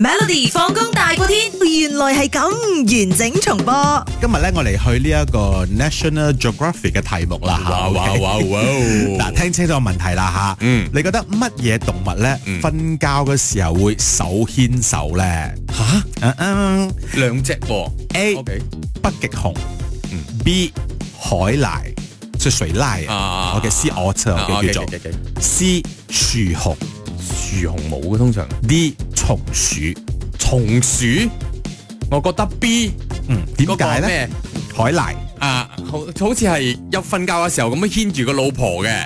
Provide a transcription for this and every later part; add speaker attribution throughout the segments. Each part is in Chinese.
Speaker 1: Melody 放工大過天，原來係咁完整重播。
Speaker 2: 今日咧，我嚟去呢一個 National Geographic 嘅題目啦嚇。
Speaker 3: 哇哇
Speaker 2: OK？
Speaker 3: 哇哇！
Speaker 2: 嗱，聽清楚問題啦嚇。
Speaker 3: 嗯
Speaker 2: 你覺得乜嘢動物咧
Speaker 3: 嗯
Speaker 2: 瞓覺嘅時候會手牽手咧？
Speaker 3: 吓
Speaker 2: 嗯嗯
Speaker 3: 兩隻噃
Speaker 2: ，A
Speaker 3: ，OK，
Speaker 2: 北極熊
Speaker 3: 嗯
Speaker 2: ，B 海獺，即係水獺
Speaker 3: 啊啊
Speaker 2: 啊
Speaker 3: 啊。
Speaker 2: 我嘅 C 我就
Speaker 3: 啊
Speaker 2: 嘅叫做
Speaker 3: OK，OK，OK
Speaker 2: C 樹熊
Speaker 3: 樹熊冇嘅通常，
Speaker 2: ，D 松鼠。
Speaker 3: 松鼠，我覺得 B
Speaker 2: 嗯，點解
Speaker 3: 嗰
Speaker 2: 咧？
Speaker 3: 個咩
Speaker 2: 海獺。
Speaker 3: 啊，好好似係有瞓覺嘅時候咁樣牽住個老婆嘅，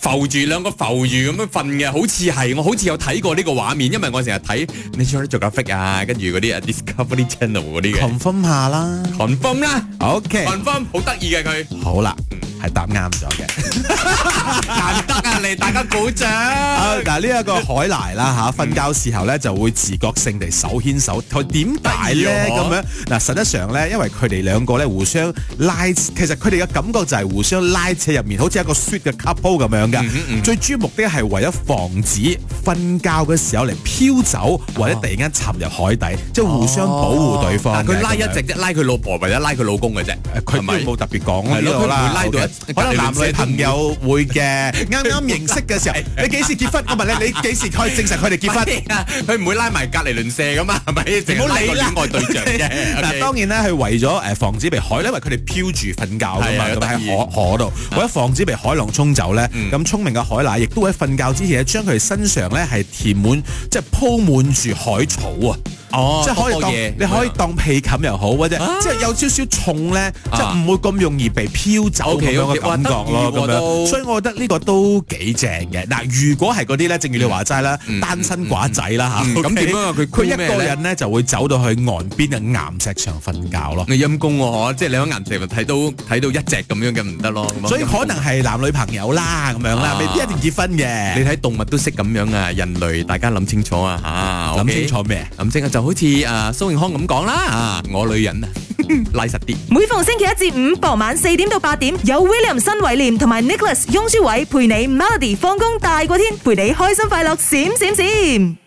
Speaker 3: 浮住兩個浮住咁樣瞓嘅，好似係我好似有睇過呢個畫面，因為我成日睇 National Geographic 啊，跟住嗰啲啊 Discovery Channel 嗰啲嘅
Speaker 2: confirm 下啦。
Speaker 3: ，confirm 啦
Speaker 2: OK，
Speaker 3: ，confirm 好得意嘅佢，
Speaker 2: 好啦，係答啱咗嘅。
Speaker 3: 難得啊你，大家鼓掌。
Speaker 2: 啊！嗱，呢一個海獺啦
Speaker 3: 嗯
Speaker 2: 吓，瞓覺時候咧就會自覺性地手牽手，佢點解咧
Speaker 3: 得意
Speaker 2: 咁
Speaker 3: 喎
Speaker 2: 樣？嗱，實質上咧，因為佢哋兩個咧互相拉，其實佢哋嘅感覺就係互相拉扯入面，好似一個 sweet 嘅 couple 咁樣
Speaker 3: 嗯哼嗯
Speaker 2: 噶。
Speaker 3: 哼
Speaker 2: 最主要目的係為咗防止瞓覺嘅時候嚟飄走，或者突然間沉入海底，即係互相保護對方嘅。
Speaker 3: 哦但佢拉一
Speaker 2: 咁樣
Speaker 3: 隻啫，拉佢老婆或者拉佢老公嘅啫，
Speaker 2: 佢
Speaker 3: 係咪
Speaker 2: 都冇特別講啊
Speaker 3: 係
Speaker 2: 呢
Speaker 3: 咯
Speaker 2: 度啦，
Speaker 3: 佢唔會拉到
Speaker 2: OK
Speaker 3: 一
Speaker 2: 可能男女朋友會嘅，啱啱認識嘅時候，你幾時結婚？我啊問你，你幾時可以證實佢哋 結婚？
Speaker 3: 係啊佢唔會拉埋隔離鄰舍㗎嘛，係咪？
Speaker 2: 唔好理啦
Speaker 3: 淨係拉個戀愛對 象嘅。
Speaker 2: 嗱，
Speaker 3: OK
Speaker 2: 當然咧，係為咗誒防止被海，因為佢哋漂住瞓覺㗎
Speaker 3: 係
Speaker 2: 嘛，
Speaker 3: 啊
Speaker 2: 咁
Speaker 3: 得意
Speaker 2: 喺河河度，為咗防止被海浪沖走咧，
Speaker 3: 嗯
Speaker 2: 咁聰明嘅海乸亦都喺瞓覺之前咧，將佢哋身上咧係填滿，即係鋪滿住海草啊！
Speaker 3: 哦，
Speaker 2: 即係可以當
Speaker 3: 多嘢
Speaker 2: 你可以當被冚又好，或者
Speaker 3: 啊
Speaker 2: 即係有少少重咧，
Speaker 3: 啊
Speaker 2: 即係唔會咁容易被飄走咁樣
Speaker 3: OK，OK，
Speaker 2: 嘅感覺咯，
Speaker 3: 哇得意
Speaker 2: 咁
Speaker 3: 喎
Speaker 2: 樣。
Speaker 3: 都
Speaker 2: 所以我覺得呢個都幾正嘅。嗱，如果係嗰啲咧，正如你話齋啦，
Speaker 3: 嗯
Speaker 2: 單身寡仔啦
Speaker 3: 嗯
Speaker 2: 嚇，
Speaker 3: 嗯咁
Speaker 2: OK？
Speaker 3: 點樣啊佢
Speaker 2: 佢
Speaker 3: 箍
Speaker 2: 一
Speaker 3: 咩呢
Speaker 2: 個人咧就會走到去岸邊嘅岩石上瞓覺咯。
Speaker 3: 你陰公喎，嗬即係你喺岩石咪睇到睇到一隻咁樣嘅唔得咯。咁樣
Speaker 2: 所以可能係男女朋友啦，咁樣啦
Speaker 3: 嗯啊，
Speaker 2: 未必一定結婚
Speaker 3: 你
Speaker 2: 嘅。
Speaker 3: 睇動物都識咁樣啊，人類大家諗清楚啊
Speaker 2: 諗
Speaker 3: 嚇，OK？
Speaker 2: 清楚咩？
Speaker 3: 諗清楚就好似啊蘇永康咁講啦啊，我女人啊， 拉實啲。
Speaker 1: 每逢星期一至五傍晚四點到八點，有 William 新偉廉同埋 Nicholas 雍舒偉陪你 Melody 放工大過天，陪你開心快樂閃閃閃。